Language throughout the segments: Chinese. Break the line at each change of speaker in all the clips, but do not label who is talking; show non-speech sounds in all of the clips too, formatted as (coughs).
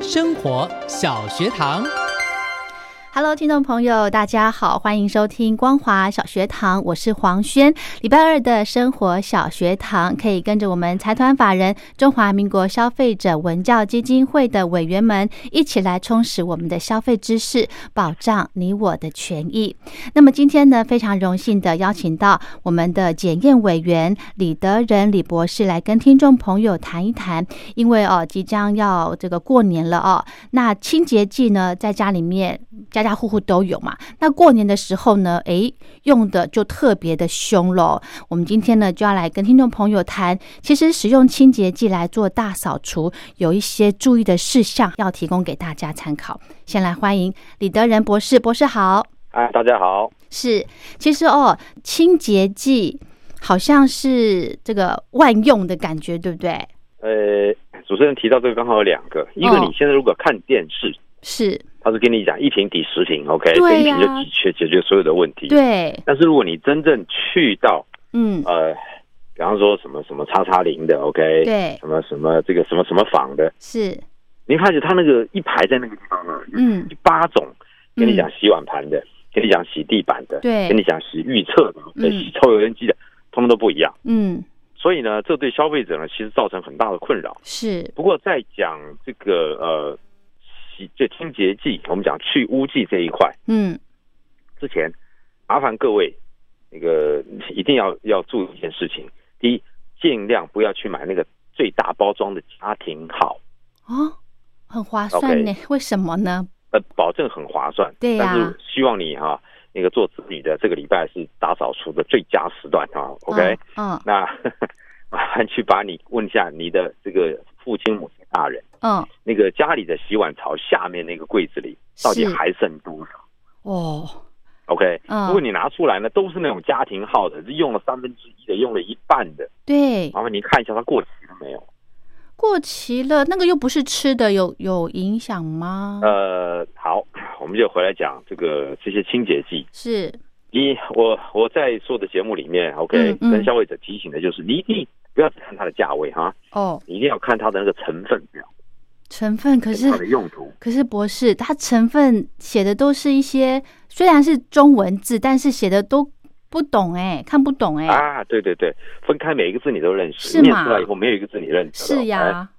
生活小学堂，
Hello，听众朋友，大家好，欢迎收听光华小学堂，我是黄轩。礼拜二的生活小学堂可以跟着我们财团法人中华民国消费者文教基金会的委员们一起来充实我们的消费知识，保障你我的权益。那么今天呢，非常荣幸的邀请到我们的检验委员李德仁李博士来跟听众朋友谈一谈，因为哦，即将要这个过年了哦，那清洁剂呢，在家里面家家户户都有嘛。那过年的时候呢，诶，用的就特别的凶喽。我们今天呢，就要来跟听众朋友谈，其实使用清洁剂来做大扫除，有一些注意的事项要提供给大家参考。先来欢迎李德仁博士，博士好。
哎，大家好，
是，其实哦，清洁剂好像是这个万用的感觉，对不对？
呃，主持人提到这个刚好有两个，一个
哦
你现在如果看电视，
是，
他是跟你讲一瓶抵十瓶，OK，、
对
这一瓶就
呀
解决解决所有的问题。
对，
但是如果你真正去到
嗯，
呃，比方说什么什么叉叉零的，OK，
对，
什么什么这个什么什么坊的，
是，
你发现他那个一排在那个地方啊，
嗯，
八种跟你讲洗碗盘的，跟你讲洗地板的，
对
跟你讲洗预测的，
嗯
洗抽油烟机的，通通都不一样。
嗯，
所以呢，这对消费者呢，其实造成很大的困扰。
是，
不过在讲这个呃洗这清洁剂，我们讲去污剂这一块
嗯，
之前，麻烦各位那个一定要要注意一件事情：第一，尽量不要去买那个最大包装的家庭好，
哦，很划算呢为什么呢？
呃，保证很划算。
对呀
但是希望你哈、那个做子女的这个礼拜是打扫除的最佳时段啊。OK，、
嗯
那 (laughs) 麻烦去把你问一下你的这个父亲母亲大人。
嗯，嗯
那个家里的洗碗槽下面那个柜子里
是
到底还剩多少
哦，
？OK，、
嗯
如果你拿出来呢，都是那种家庭号的，是用了三分之一的，用了一半的，
嗯对，
麻烦您看一下它过期了没有？
过期了，那个又不是吃的，有有影响吗？
呃，好，我们就回来讲这个这些清洁剂。
是，
一，我我在做的节目里面，OK，
嗯嗯
跟消费者提醒的就是，你一定不要只看它的价位哈，
哦，
你一定要看它的那个成分表，
成分可是
它的用途。
可是博士，它成分写的都是一些虽然是中文字，但是写的都不懂哎、看不懂哎、
啊，对对对，分开每一个字你都认识，
是
念
吗
出来以后没有一个字你认识的。哎
是
OK？
呀，
啊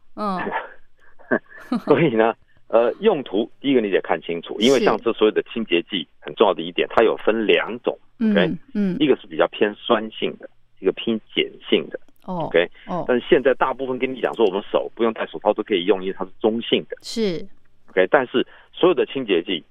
嗯， (laughs)
所以呢，呃，用途第一个你得看清楚，因为
是
像这所有的清洁剂，很重要的一点，它有分两种， (laughs)
嗯嗯，
一个是比较偏酸性的，一个偏碱性的。
哦
OK，
哦，
但是现在大部分跟你讲说，我们手不用戴手套都可以用，因为它是中性的。
是
OK，但是所有的清洁剂，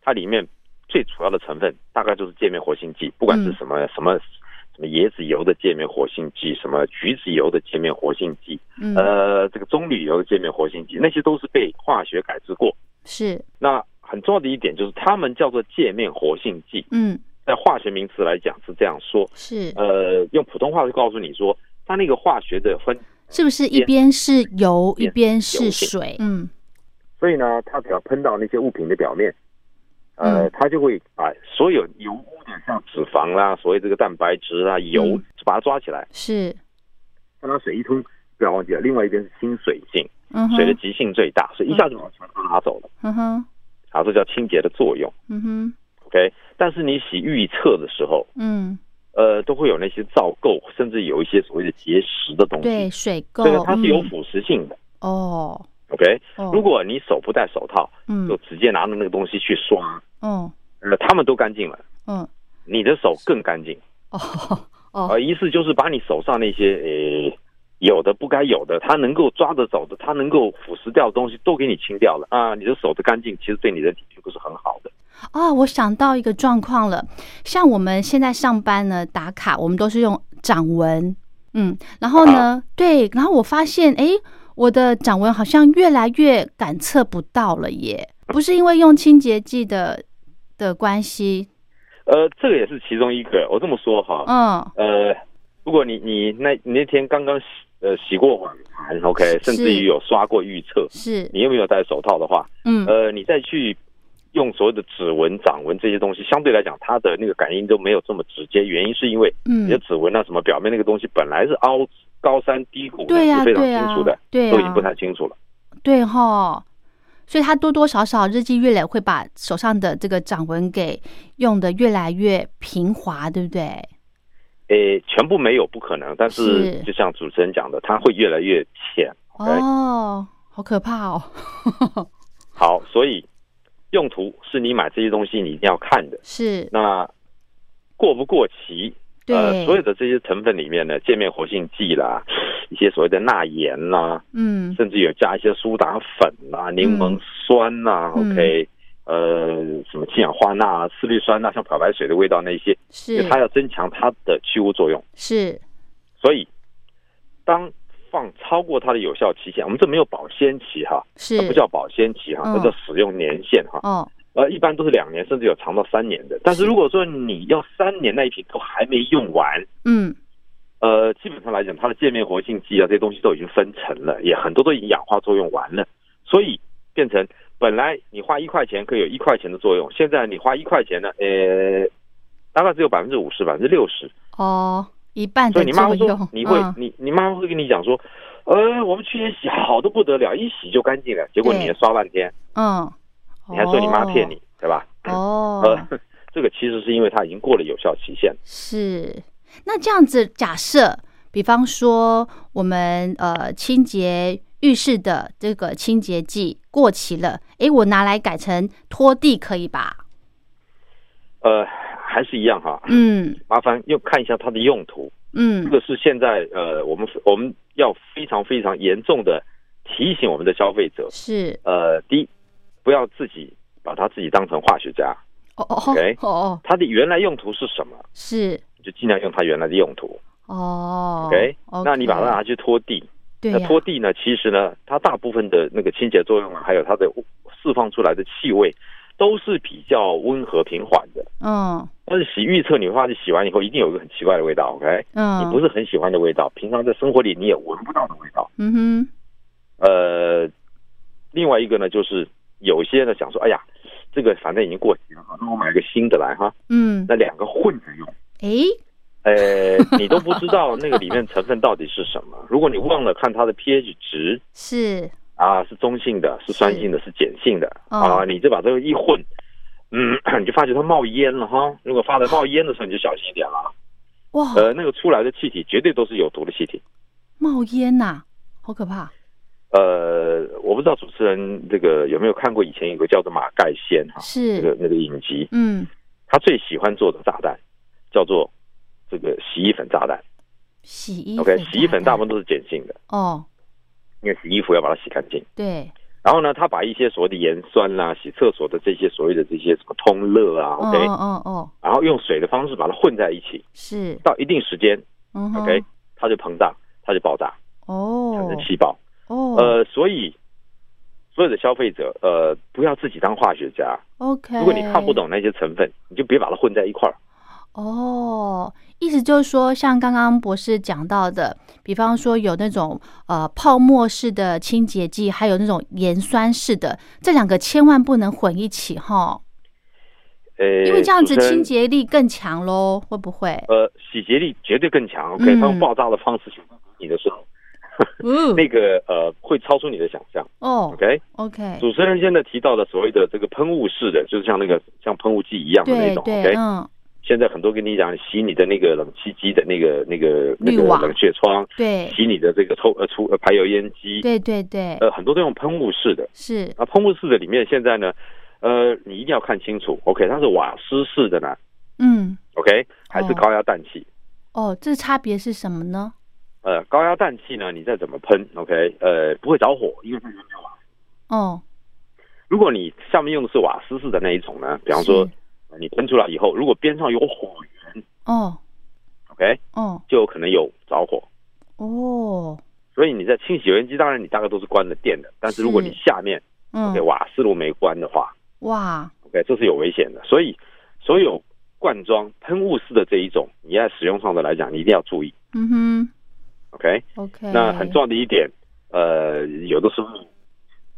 它里面最主要的成分大概就是界面活性剂，不管是
嗯
什么、什么什么椰子油的界面活性剂，什么橘子油的界面活性剂，
嗯
呃，这个棕榈油的界面活性剂，那些都是被化学改制过。
是
那很重要的一点就是，它们叫做界面活性剂，
嗯
在化学名词来讲是这样说。
是，
呃，用普通话就告诉你说，它那个化学的分，
是不是一
边
边是油一
边
边
油
是
性
水？嗯
所以呢，它只要喷到那些物品的表面，呃
嗯，
它就会把所有油污的，像脂肪啦、所谓这个蛋白质啦、油
嗯，
把它抓起来，
是，
让它水一冲，不要忘记了，另外一边是清水净，
嗯
水的
哼
极性最大，所以一下就把全部拿走了，
嗯哼
啊，这叫清洁的作用。
嗯哼
OK，但是你洗预测的时候，
嗯，
呃，都会有那些皂垢，甚至有一些所谓的结石的东西。
对，水
所以呢
垢，
它是有
嗯
腐蚀性的。
哦
OK，
哦，
如果你手不戴手套，
嗯
就直接拿着那个东西去刷，
哦
呃，他们都干净了。
嗯
你的手更干净。
哦 (laughs) 哦
啊，意思就是把你手上那些诶有的不该有的，它能够抓得走的，它能够腐蚀掉的东西都给你清掉了啊！你的手的干净，其实对你人体并不是很好的。
哦，我想到一个状况了，像我们现在上班呢打卡，我们都是用掌纹，嗯，然后
啊
呢，对，然后我发现，哎，我的掌纹好像越来越感测不到了耶，不是因为用清洁剂的的关系，
呃，这个也是其中一个。我这么说哈，
嗯，
呃，如果你你那你那天刚刚洗呃洗过碗盘，OK，
是
甚至于有刷过预测，
是，
你又没有戴手套的话，
嗯，
呃，你再去用所谓的指纹、掌纹这些东西，相对来讲，它的那个感应都没有这么直接。原因是因为
嗯
你的指纹啊，什么表面那个东西本来是凹高山低谷的，
对呀、
是非常
对
清
呀、
楚的，
对
都已
呀、
经不太清楚了。
对哈，所以他多多少少日积月累会把手上的这个掌纹给用的越来越平滑，对不对？
诶，全部没有不可能，但
是
是就像主持人讲的，它会越来越浅。OK，、
哦，好可怕哦！ (laughs)
好，所以用途是你买这些东西你一定要看的。
是，
那过不过期？
对，
呃，所有的这些成分里面呢，界面活性剂啦，一些所谓的钠盐啦，
嗯，
甚至有加一些苏打粉啊、柠檬酸呐、
嗯
OK，呃，什么氢氧化钠、啊、次氯酸钠、像漂白水的味道那一些，因
是
为它要增强它的去污作用。
是，
所以，当放超过它的有效期限，我们这没有保鲜期哈，
是
这不叫保鲜期哈，
嗯
这叫使用年限哈。
哦，
呃，一般都是两年，甚至有长到三年的。但是如果说你要三年那一瓶都还没用完，
嗯，
呃，基本上来讲，它的界面活性剂啊，这些东西都已经分层了，也很多都已经氧化作用完了，所以变成本来你花一块钱可以有一块钱的作用，现在你花一块钱呢，呃，大概只有百分之五十、百分之六十，
哦，一半
所
的
以你妈
作
妈
用
说，你会，
嗯
你你妈妈会跟你讲说，呃，我们去年洗好的不得了，一洗就干净了，结果
对哦
你也刷半天，
嗯，
你还说你妈骗你，对吧？
哦，哦，
呃，这个其实是因为它已经过了有效期限。
是。那这样子，假设，比方说我们呃清洁浴室的这个清洁剂过期了，诶，我拿来改成拖地可以吧？
呃，还是一样哈，
嗯
麻烦又看一下它的用途。这
嗯，
个是现在呃，我们我们要非常非常严重的提醒我们的消费者，
是，
呃，第一，不要自己把它自己当成化学家，
哦哦
OK
哦哦，
它的原来用途是什么，
是。
就尽量用它原来的用途。
哦
OK，, 那你把它
OK
拿去拖地，
对
那
呀
拖地呢，其实呢，它大部分的那个清洁作用啊，还有它的释放出来的气味，都是比较温和平缓的。
嗯
但是洗预测，你会发现洗完以后一定有一个很奇怪的味道，OK？
嗯，
你不是很喜欢的味道，平常在生活里你也闻不到的味道。
嗯
呃，另外一个呢，就是有些呢想说，哎呀，这个反正已经过期了哈，那我买个新的来哈，
哼嗯，
那两个混着用。
诶，
呃，你都不知道那个里面成分到底是什么。如果你忘了看它的 pH 值
是
啊，是中性的，是酸性的，是碱性的啊，
哦
你就把这个一混，嗯， (coughs) 你就发觉它冒烟了哈。如果发的冒烟的时候，你就小心一点了。
哇，
呃，那个出来的气体绝对都是有毒的气体。
冒烟呐、好可
啊
怕
呃，我不知道主持人这个有没有看过以前有个叫做马盖先哈，那
是
个，那个影集，
嗯，
他最喜欢做的炸弹叫做这个洗衣粉炸弹。
洗衣
OK，洗衣粉大部
分
分都是碱性的，
哦，
因为洗衣服要把它洗干净。
对，
然后呢，他把一些所谓的盐酸啦、洗厕所的这些所谓的这些什么通乐啊
哦
，OK，、
哦哦哦，
然后用水的方式把它混在一起，
是
到一定时间
嗯哼
，OK，、它就膨胀，它就爆炸，产
哦
生气爆。
哦、
呃，所以所有的消费者，呃，不要自己当化学家。
o k
如果你看不懂那些成分，你就别把它混在一块儿。
哦，意思就是说，像刚刚博士讲到的，比方说有那种呃泡沫式的清洁剂，还有那种盐酸式的，这两个千万不能混一起哈，
呃，
因为这样子
主持人
清洁力更强喽，会不会？
呃，洗洁力绝对更强。OK，、
嗯
它用爆炸的方式去攻击你的时候，
嗯，
那个呃会超出你的想象。
哦
OK，
，OK，
主持人现在提到的所谓的这个喷雾式的，就是像那个像喷雾剂一样的那
对
种。
对，
OK，
嗯，
现在很多跟你讲洗你的那个冷气机的那个那个那
滤
个
网
冷却窗，
对
洗你的这个抽呃出呃排油烟机，
对对对，
呃很多都用喷雾式的。
是
啊，喷雾式的里面现在呢，呃你一定要看清楚。OK，它是瓦斯式的呢，
嗯
，OK，还是高压氮气。
哦，这差别是什么呢？
呃，高压氮气呢，你再怎么喷，OK，呃，不会着火，因为它原料瓦。
哦，
如果你下面用的是瓦斯式的那一种呢，比方说
是
呃你喷出来以后，如果边上有火
哦，
，OK，
哦，
就有可能有着火。
哦，
所以你在清洗油烟机，当然你大概都是关了电的，但是如果
是
你下面
嗯
OK，瓦斯炉没关的话
哇，
，OK，这是有危险的。所以所有罐装喷雾式的这一种，你在使用上的来讲，你一定要注意。
嗯
OK，
哼，OK，
那很重要的一点，呃，有的时候，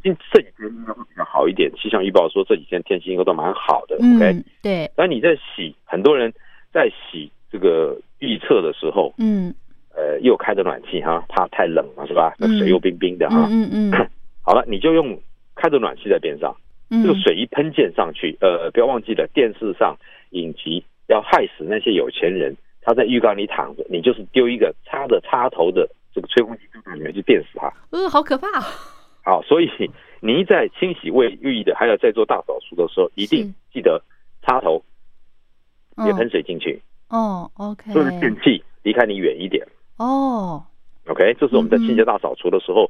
因为这几天应该会比较好一点，气象预报说这几天天气应该都蛮好的。OK，
嗯，对，
那你在洗，很多人在洗这个预测的时候，
嗯
呃，又开着暖气哈，怕太冷了是吧？那
嗯
水又冰冰的哈。
嗯嗯
(laughs)
嗯
好了，你就用开着暖气在边上，
嗯，
这个水一喷溅上去，呃，不要忘记了，电视上影集要害死那些有钱人，他在浴缸里躺着，你就是丢一个插着插头的这个吹风机丢到里面去电死他。
呃，好可怕，
好，所以您在清洗卫浴的，还有在做大扫除的时候，一定记得插头别喷
嗯，
水进去，
哦，OK，
所有的电器离开你远一点。
哦，
OK，这是我们在清洁大扫除的时候，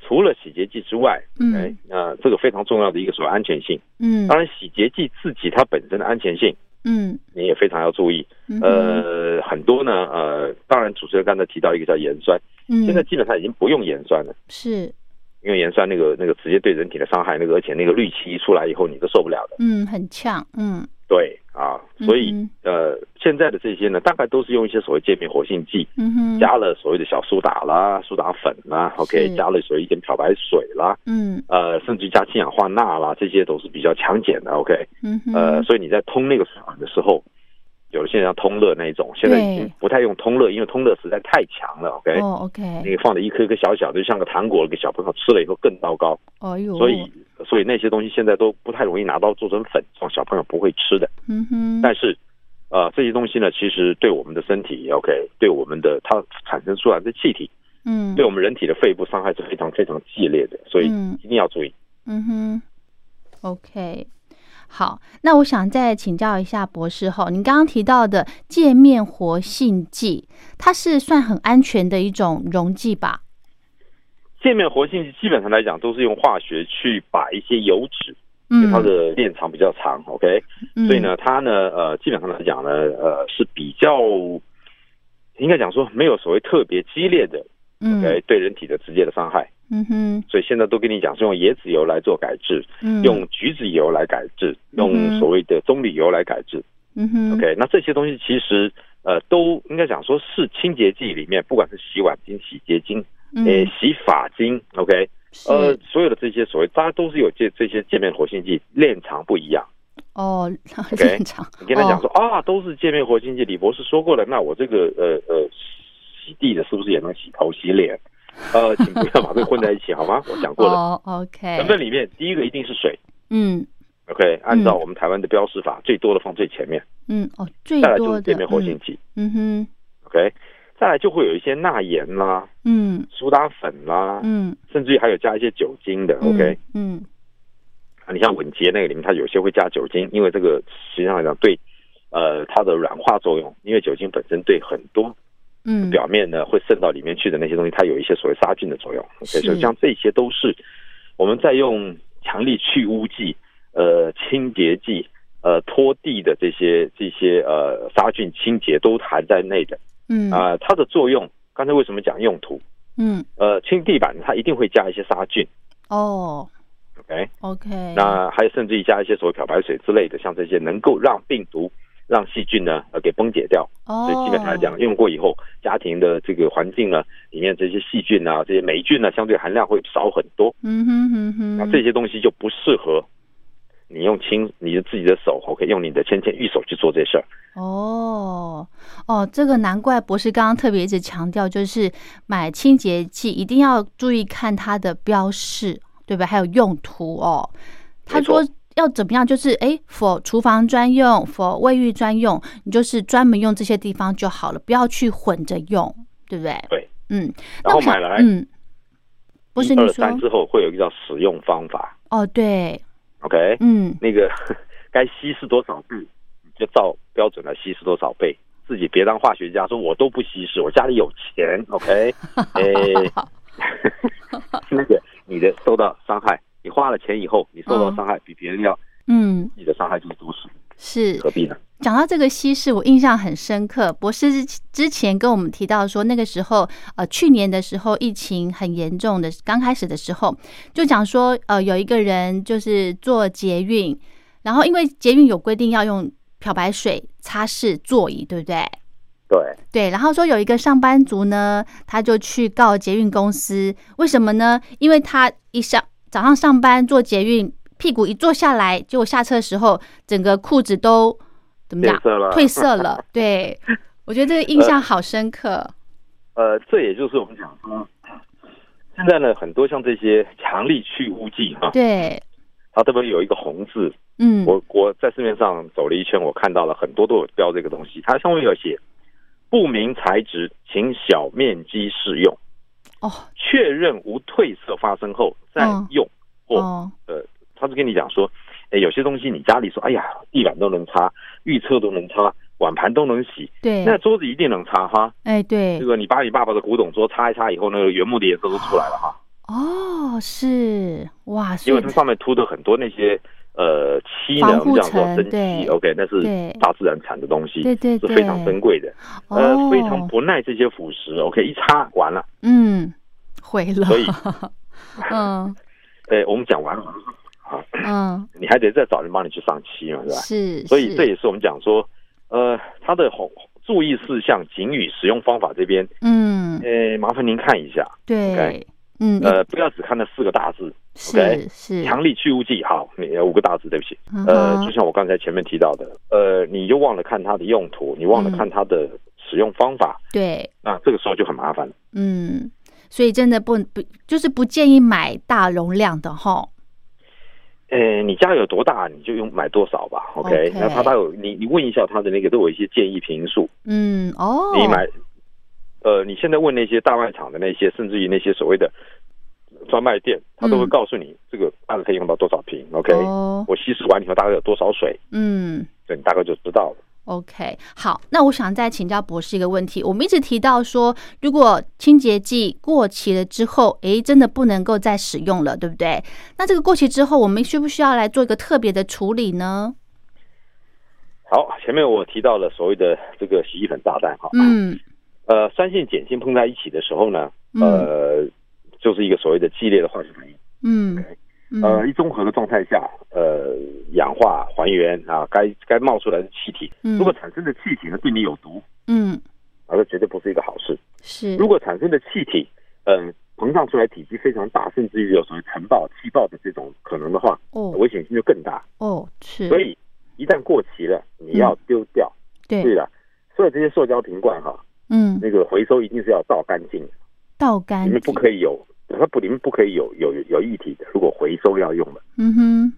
除了洗洁剂之外，
嗯
哎，呃，这个非常重要的一个所谓安全性。
嗯
当然，洗洁剂自己它本身的安全性，
嗯
你也非常要注意。
嗯，
呃，很多呢，呃，当然主持人刚才提到一个叫盐酸，
嗯，
现在基本上已经不用盐酸了，
是，
因为盐酸那个那个直接对人体的伤害，那个而且那个氯气一出来以后，你都受不了的。
嗯，很呛，嗯
对啊，所以、
嗯
呃，现在的这些呢，大概都是用一些所谓界面活性剂，
嗯哼，
加了所谓的小苏打啦、苏打粉啦，OK，
是
加了所谓一点漂白水啦，
嗯
呃，甚至加氢氧化钠啦，这些都是比较强碱的，OK，
嗯哼，
呃，所以你在通那个水管的时候，有些人要通乐那一种，现在已经
对
不太用通乐，因为通乐实在太强了，OK，、
哦
那
，OK，
个放的一颗一颗小小的，就像个糖果，给小朋友吃了以后更糟糕，
哦哟，
所以所以那些东西现在都不太容易拿到做成粉状，小朋友不会吃的。
嗯哼，
但是，呃，这些东西呢，其实对我们的身体，OK，对我们的它产生出来的气体，
嗯
对我们人体的肺部伤害是非常非常激烈的，所以
嗯
一定要注意。
嗯哼，OK，好，那我想再请教一下博士后，您刚刚提到的界面活性剂，它是算很安全的一种溶剂吧？
界面活性剂基本上来讲都是用化学去把一些油脂，因为
嗯，
它的链长比较长，OK，、
嗯
所以，呢，它呢，呃，基本上来讲呢，呃，是比较。呃应该讲说没有所谓特别激烈的，
嗯
呃，对人体的直接的伤害，
嗯哼，
所以现在都跟你讲是用椰子油来做改制，
嗯，
用橘子油来改制，用所谓的棕榈油来改制。
嗯哼
OK，那这些东西其实呃都应该讲说是清洁剂里面，不管是洗碗巾、洗洁精、
嗯
呃洗发精，OK，
是
呃所有的这些所谓，大家都是有这这些界面活性剂，链长不一样。
哦， (laughs) 现场
你跟他讲说、
哦
啊，都是界面活性剂，李博士说过了，那我这个呃呃洗地的是不是也能洗头洗脸？呃，请不要把这个混在一起好吗？我讲过了，
哦
成
，OK，
分里面第一个一定是水。
嗯
OK，按照我们台湾的标识法，最多的放最前面，
嗯，哦，最
再来就
多
是
的
界面活性剂。
嗯，嗯哼，
OK，再来就会有一些钠盐啦、
嗯
苏打粉啦，
嗯
甚至于还有加一些酒精的。
嗯
OK，、
嗯
啊你像稳洁那个里面，它有些会加酒精，因为这个实际上来讲对，呃，它的软化作用，因为酒精本身对很多
嗯，
表面呢会渗到里面去的那些东西，它有一些所谓杀菌的作用。
是
OK，所以像这些都是我们在用强力去污剂、呃清洁剂、呃拖地的这些这些呃杀菌清洁都含在内的
嗯
啊、它的作用，刚才为什么讲用途？
嗯
呃，清地板它一定会加一些杀菌
哦
，OK，
，OK，
那还有甚至于加一些所谓漂白水之类的，像这些能够让病毒、让细菌呢呃给崩解掉。
哦，
所以基本上来讲，用过以后，家庭的这个环境呢，里面这些细菌啊、这些霉菌呢，相对含量会少很多。
嗯哼嗯哼，
那这些东西就不适合你用亲你的自己的手，OK，用你的纤纤玉手去做这事儿。
哦哦，这个难怪博士刚刚特别一直强调，就是买清洁剂一定要注意看它的标示，对吧？还有用途哦。他
没错
说要怎么样，就是诶，否厨房专用，否卫浴专用，你就是专门用这些地方就好了，不要去混着用，对不对？
对，
嗯。那
然后
我想
买来
嗯，不是
一
你
二
说
三之后会有一个叫使用方法
哦，对，
，OK，
嗯
(laughs) 那个该稀释多少度，就照标准来稀释多少倍。自己别当化学家，说我都不稀释，我家里有钱，OK？哎，那个你的受到伤害，你花了钱以后，你受到伤害比别人要
嗯，
你的伤害就是多数，
是
何必呢？
讲到这个稀释，我印象很深刻。博士之之前跟我们提到说，那个时候，呃，去年的时候疫情很严重的，刚开始的时候就讲说，呃，有一个人就是做捷运，然后因为捷运有规定要用漂白水擦拭座椅，对不对？
对，
对，然后说有一个上班族呢，他就去告捷运公司，为什么呢？因为他一上早上上班坐捷运，屁股一坐下来，结果下车的时候，整个裤子都怎么样
变？色了
褪色了。
(laughs)
对，我觉得这个印象好深刻。
呃，这也就是我们讲说，现在呢，很多像这些强力去污剂啊，
对，
它这边有一个红字，
嗯，
我我在市面上走了一圈，我看到了很多都有标这个东西，它上面有写不明材质，请小面积试用，
哦
确认无褪色发生后再用，或、
哦，
呃，他就跟你讲说，哎，有些东西你家里说，哎呀，地板都能擦，浴车都能擦，碗盘都能洗，
对，
那桌子一定能擦哈。
哎，对
这，个你把你爸爸的古董桌擦一擦以后，那个原木的颜色都出来了哈，
哦，是哇，所
因为
以
它上面涂的很多那些。呃，漆
防
呢，我
护
们讲说
层
真
对
漆，OK，那是
对
大自然产的东西。
对对
是
对，
非常珍贵的，呃，
哦，
非常不耐这些腐蚀。OK，一擦完了，
嗯，毁了，
所以
(laughs) 嗯
哎，我们讲完了，啊，
嗯，
你还得再找人帮你去上漆 (laughs) 嘛，是吧？
是，
所以
是
这也是我们讲说，呃，它的红注意事项、警语、使用方法这边，
嗯，
呃，麻烦您看一下，
对
OK，
嗯，
呃，不要只看那四个大字，
是
OK，
是，
强力去污剂，好，你呃五个大字，对不起，
嗯
呃，
哼
就像我刚才前面提到的，呃，你又忘了看它的用途，你忘了
嗯
看它的使用方法，
对，
那这个时候就很麻烦了。
嗯，所以真的不不就是不建议买大容量的哈，
呃，你家有多大，你就用买多少吧。
哦 OK
OK，那他都有你你问一下他的那个都有一些建议评述。
嗯哦，
你买，呃，你现在问那些大卖场的那些，甚至于那些所谓的专卖店，他都会
嗯
告诉你这个大概可以用到多少瓶。OK，
哦，
我稀释完以后大概有多少水，
嗯。
对你大概就知道了。
OK，好，那我想再请教博士一个问题。我们一直提到说，如果清洁剂过期了之后，诶，真的不能够再使用了，对不对？那这个过期之后，我们需不需要来做一个特别的处理呢？
好，前面我提到了所谓的这个洗衣粉炸弹哈，
嗯
呃，酸性碱性碰在一起的时候呢，呃，就是一个所谓的激烈的化学反应。
嗯嗯，
呃，一综合的状态下，呃，氧化还原啊，该该冒出来的气体，
嗯
如果产生的气体呢对你有毒，
嗯
啊，这绝对不是一个好事。
是，
如果产生的气体，呃，膨胀出来体积非常大，甚至于有所谓尘爆、气爆的这种可能的话，
哦
危险性就更大。
哦是，
所以一旦过期了，你要丢掉。对
对，
了，所有这些塑胶瓶罐哈，
嗯，
那个回收一定是要倒干净，
倒干
里面不
净
可以有，它不里面不可以有有有液体的。如果回收要用的，
嗯哼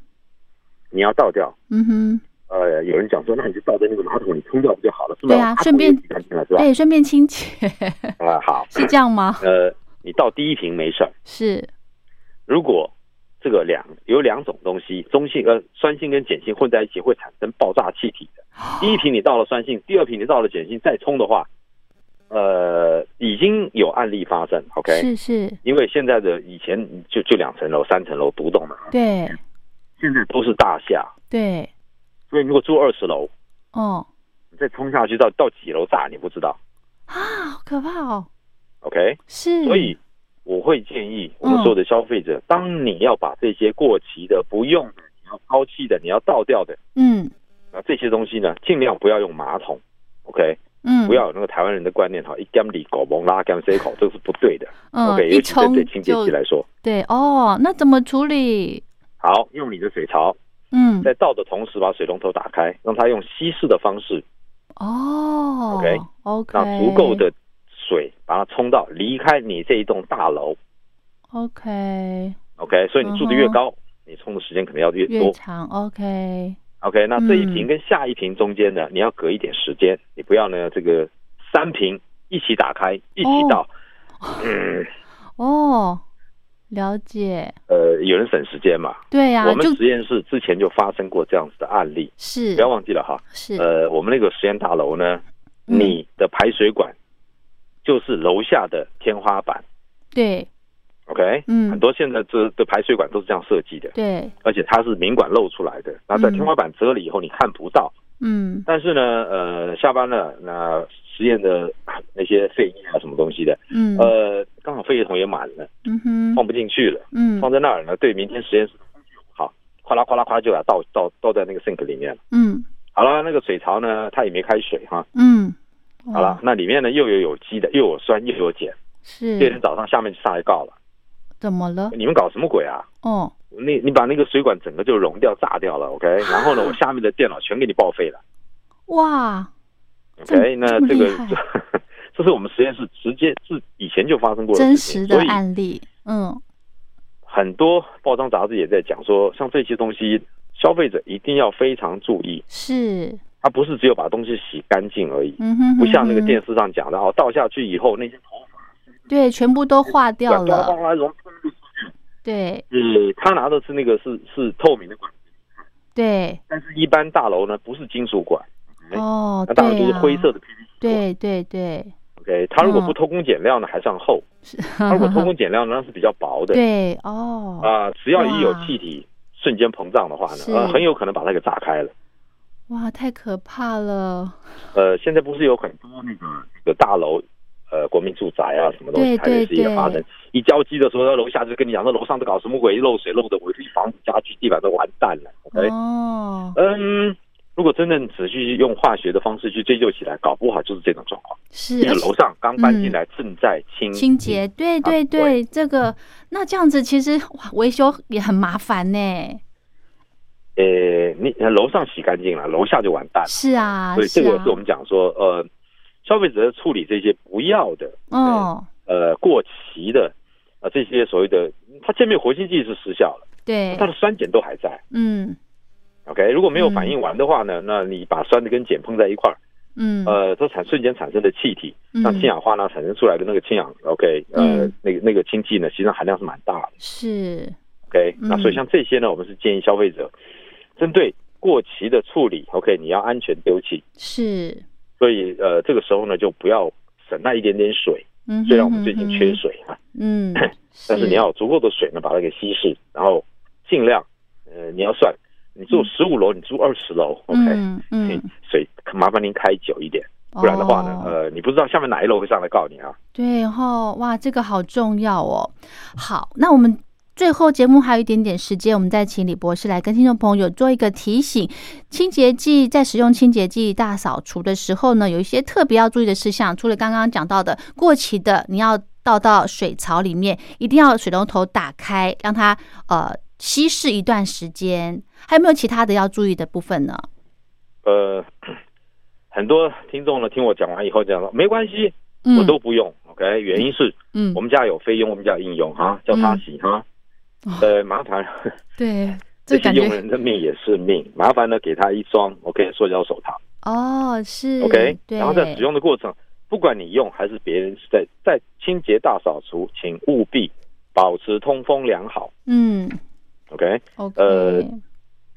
你要倒掉。
嗯哼，
呃，有人讲说，那你就倒在那个马桶里冲掉不就好了？是吧？
对啊
马桶
顺便
也洗干净了是吧？
对，顺便清洁
啊、好，
是这样吗？
呃，你倒第一瓶没事儿。
是，
如果这个两有两种东西，中性呃酸性跟碱性混在一起会产生爆炸气体的。
哦
第一瓶你倒了酸性，第二瓶你倒了碱性，再冲的话，呃，已经有案例发生。OK，
是是，
因为现在的以前就就两层楼、三层楼独栋嘛，
对
现在都是大厦，
对，
所以如果住二十楼，
哦
你再冲下去到到几楼炸你不知道。
啊，好可怕哦，
OK，
是，
所以我会建议我们所有的消费者，
嗯
当你要把这些过期的、不用的、你要抛弃的、你要倒掉的，
嗯
那这些东西呢，尽量不要用马桶。OK，
嗯，
不要有那个台湾人的观念哈，一干里狗蒙拉干塞口，这个是不对的。
嗯
OK，
一
尤其针
冲
对清洁
就
剂来说，
对哦，那怎么处理？
好，用你的水槽，
嗯
在倒的同时把水龙头打开，让它用稀释的方式，
哦
OK，
OK，
让足够的水把它冲到离开你这一栋大楼。
OK
OK，所以你住的越
嗯哼
高，你冲的时间可能要越
越
多。
长 OK，
OK，那这一瓶
嗯
跟下一瓶中间呢，你要隔一点时间，你不要呢这个三瓶一起打开一起倒，嗯，
哦了解，
呃，有人省时间嘛。
对呀、
我
就
们实验室之前就发生过这样子的案例，
是
不要忘记了哈。
是
呃，我们那个实验大楼呢，
嗯
你的排水管就是楼下的天花板
对
，OK？
嗯
很多现在这的排水管都是这样设计的，
对，
而且它是明管露出来的，那在
嗯
天花板遮了以后你看不到。
嗯
但是呢，呃，下班了，那实验的那些废液啊，什么东西的，
嗯
呃，刚好废液桶也满了，
嗯哼
放不进去了，
嗯
放在那儿呢，对，明天实验室好，哗啦哗啦哗啦就把它倒倒倒在那个 sink 里面了。
嗯
好了，那个水槽呢，它也没开水哈。
嗯，
好了
哇，，
那里面呢又有有机的，又有酸，又有碱。第二天
是
早上下面就上来告了，哎
怎么了？
你们搞什么鬼啊？
哦，
你你把那个水管整个就融掉、炸掉了，OK？然
(laughs)
后呢，我下面的电脑全给你报废了
哇，这么
，OK？那
这么
这个
厉害
(laughs) 这是我们实验室直接是以前就发生过的
真
事情
实的
所以
案例，嗯
很多报章杂志也在讲说，像这些东西，消费者一定要非常注意，
是，
它不是只有把东西洗干净而已，
嗯哼，
不像那
嗯
个
哼嗯
电视上讲的哦，倒下去以后那些
对，全部都化掉
管哗啦哗
了，
啦融，
对
呃，他拿的是那个是是透明的管，
对，
但是一般大楼呢不是金属管，哎
哦，对
那大楼都是
啊
灰色的 PVC。
对对对，
OK，它如果
嗯
不偷工减料呢，还算厚；
是，
它如
(laughs)
果偷工减料呢，那是比较薄的。
对哦，
啊，只要一有
哇
气体瞬间膨胀的话呢
是，
呃，很有可能把它给炸开了。
哇，太可怕了，
呃，现在不是有很多那个那个大楼，呃，国民住宅啊，什么东
对
西，台北市也发
对
生一交机的时候，楼下就跟你讲说楼上都搞什么鬼，漏水漏的，我这房子家具地板都完蛋了。OK，、
哦，
嗯，如果真正仔细用化学的方式去追究起来，搞不好就是这种状况。
是
因为
而且
楼嗯啊上刚搬进来，正在清
清洁，对对对，这个那这样子其实哇，维修也很麻烦呢。
呃，你楼上洗干净了，楼下就完蛋了。
是啊，
所以这
是
个
啊
是我，们讲说，呃，消费者在处理这些不要的、
哦，
呃过期的啊、呃这些所谓的，它界面活性剂是失效了，
对
它，的酸碱都还在。
嗯
OK，如果没有
嗯
反应完的话呢，那你把酸的跟碱碰在一块儿，
嗯，
呃，它产瞬间产生的气体，像
嗯
氢氧化钠产生出来的那个氢氧，OK，呃，
嗯
那个那个氢气呢，实际上含量是蛮大的
是，
，OK，、
嗯
那所以像这些呢，我们是建议消费者针对过期的处理，OK，你要安全丢弃，
是，
所以呃，这个时候呢，就不要省那一点点水，
嗯哼，
虽然我们最近
哼
缺，水啊，，
嗯
(laughs) 但是你要有足够的水呢，把它给稀释，然后尽量，呃，你要算，你住十五楼，你住二十楼，OK，、
嗯
嘿
嗯，
水麻烦您开久一点，不然的话呢，
哦
呃，你不知道下面哪一楼会上来告你啊。
对哦，哇，这个好重要哦。好，那我们最后节目还有一点点时间，我们再请李博士来跟听众朋友做一个提醒。清洁剂在使用清洁剂大扫除的时候呢，有一些特别要注意的事项，除了刚刚讲到的过期的，你要倒到水槽里面，一定要水龙头打开，让它呃稀释一段时间。还有没有其他的要注意的部分呢？
呃，很多听众呢听我讲完以后讲说，没关系，我都不用、o k 原因是
嗯
我，们家有菲佣，我们家有应佣哈，叫他洗哈。呃，麻烦，
对，哦这
这些
感
佣
觉
人的命也是命，麻烦呢，给他一双 OK 塑胶手套，
哦是
OK，
对，
然后在使用的过程，不管你用还是别人在在清洁大扫除，请务必保持通风良好。
嗯
OK，
OK，
呃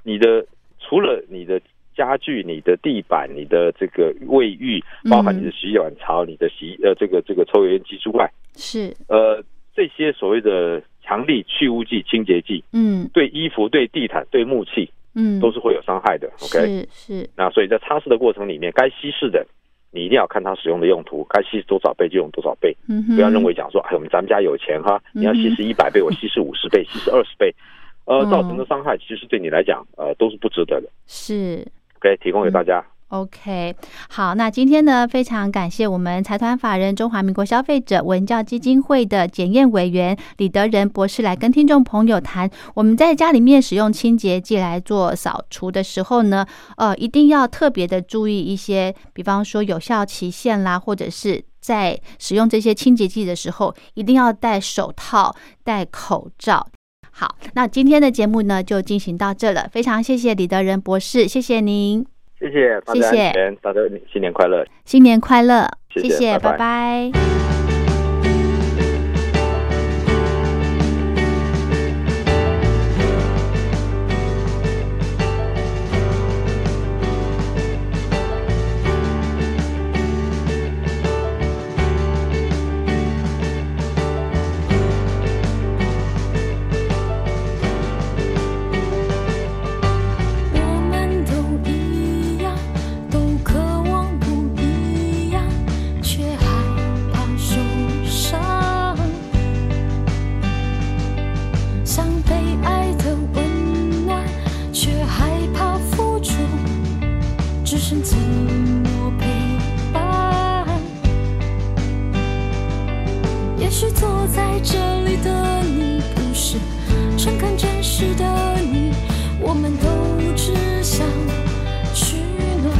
你的除了你的家具、你的地板、你的这个卫浴，包含你的洗碗槽、你的洗呃这个这个抽油烟机之外，
是，
呃这些所谓的强力去污剂、清洁剂，
嗯
对衣服、对地毯、对木器
嗯，
都是会有伤害的。OK，
是是，
那所以在擦拭的过程里面，该稀释的。你一定要看它使用的用途，该稀释多少倍就用多少倍，
嗯哼，
不要认为讲说，哎，我们咱们家有钱哈，你要稀释一百倍，我稀释五十 (laughs) 倍，稀释二十倍，呃，
嗯
造成的伤害其实对你来讲，呃，都是不值得的。
是
OK，提供给大家。
OK，好，那今天呢，非常感谢我们财团法人中华民国消费者文教基金会的检验委员李德仁博士来跟听众朋友谈，我们在家里面使用清洁剂来做扫除的时候呢，呃，一定要特别的注意一些，比方说有效期限啦，或者是。在使用这些清洁剂的时候，一定要戴手套、戴口罩。好，那今天的节目呢就进行到这了，非常谢谢李德仁博士，谢谢您。
谢谢大家
谢谢
安全，大家新年快乐。
新年快乐！
谢
谢
谢
谢，
拜
拜
拜
拜
神怎么陪伴？也许坐在这里的你不是诚恳真实的你，我们都只想取暖。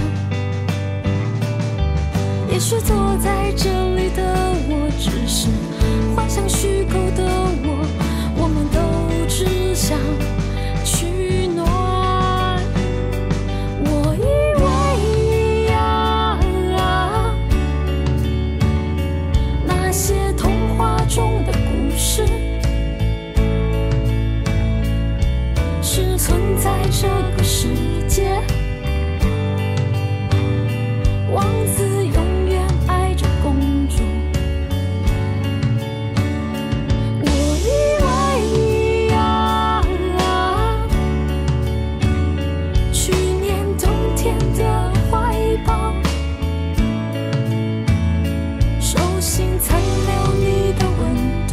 也许坐在这里的我只是幻想虚构的我，我们都只想取暖。我以为呀，那些童话中的故事是存在这个世界。王子永远爱着公主。我以为呀。啊去年冬天的怀抱，手心残留你的温度，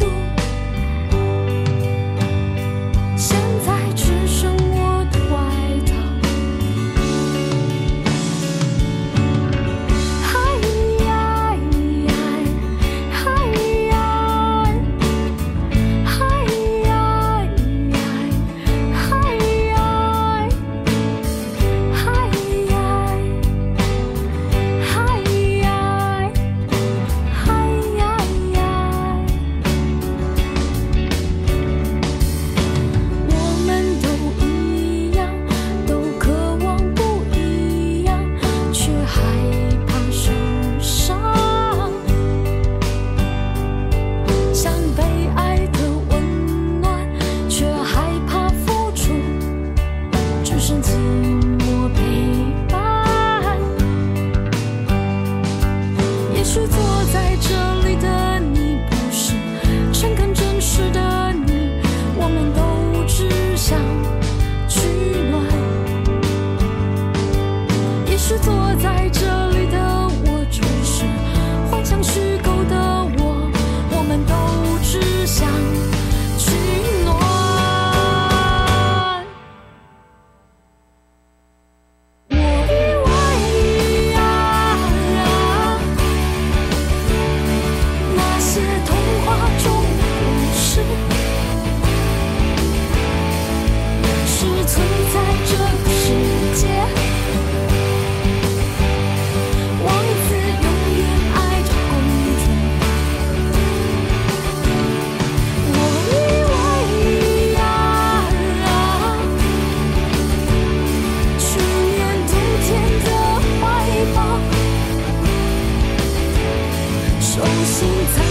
现在只剩我的外套。嗨呀呀，嗨呀，嗨呀呀，嗨呀。嗨呀，嗨呀，嗨呀呀！我们都一样，都渴望不一样，却害怕受伤，想被爱的温暖，却害怕付出。只剩寂寞陪伴。也许坐在这里的你不是诚恳真实的你，我们都只想取暖。也许坐在这里的我只是幻想虚构的我，我们都只想取暖。我以为呀，啊那些童话中的故事是存在这个世界。王子永远爱着公主。我以为呀。去年冬天的怀抱，手心残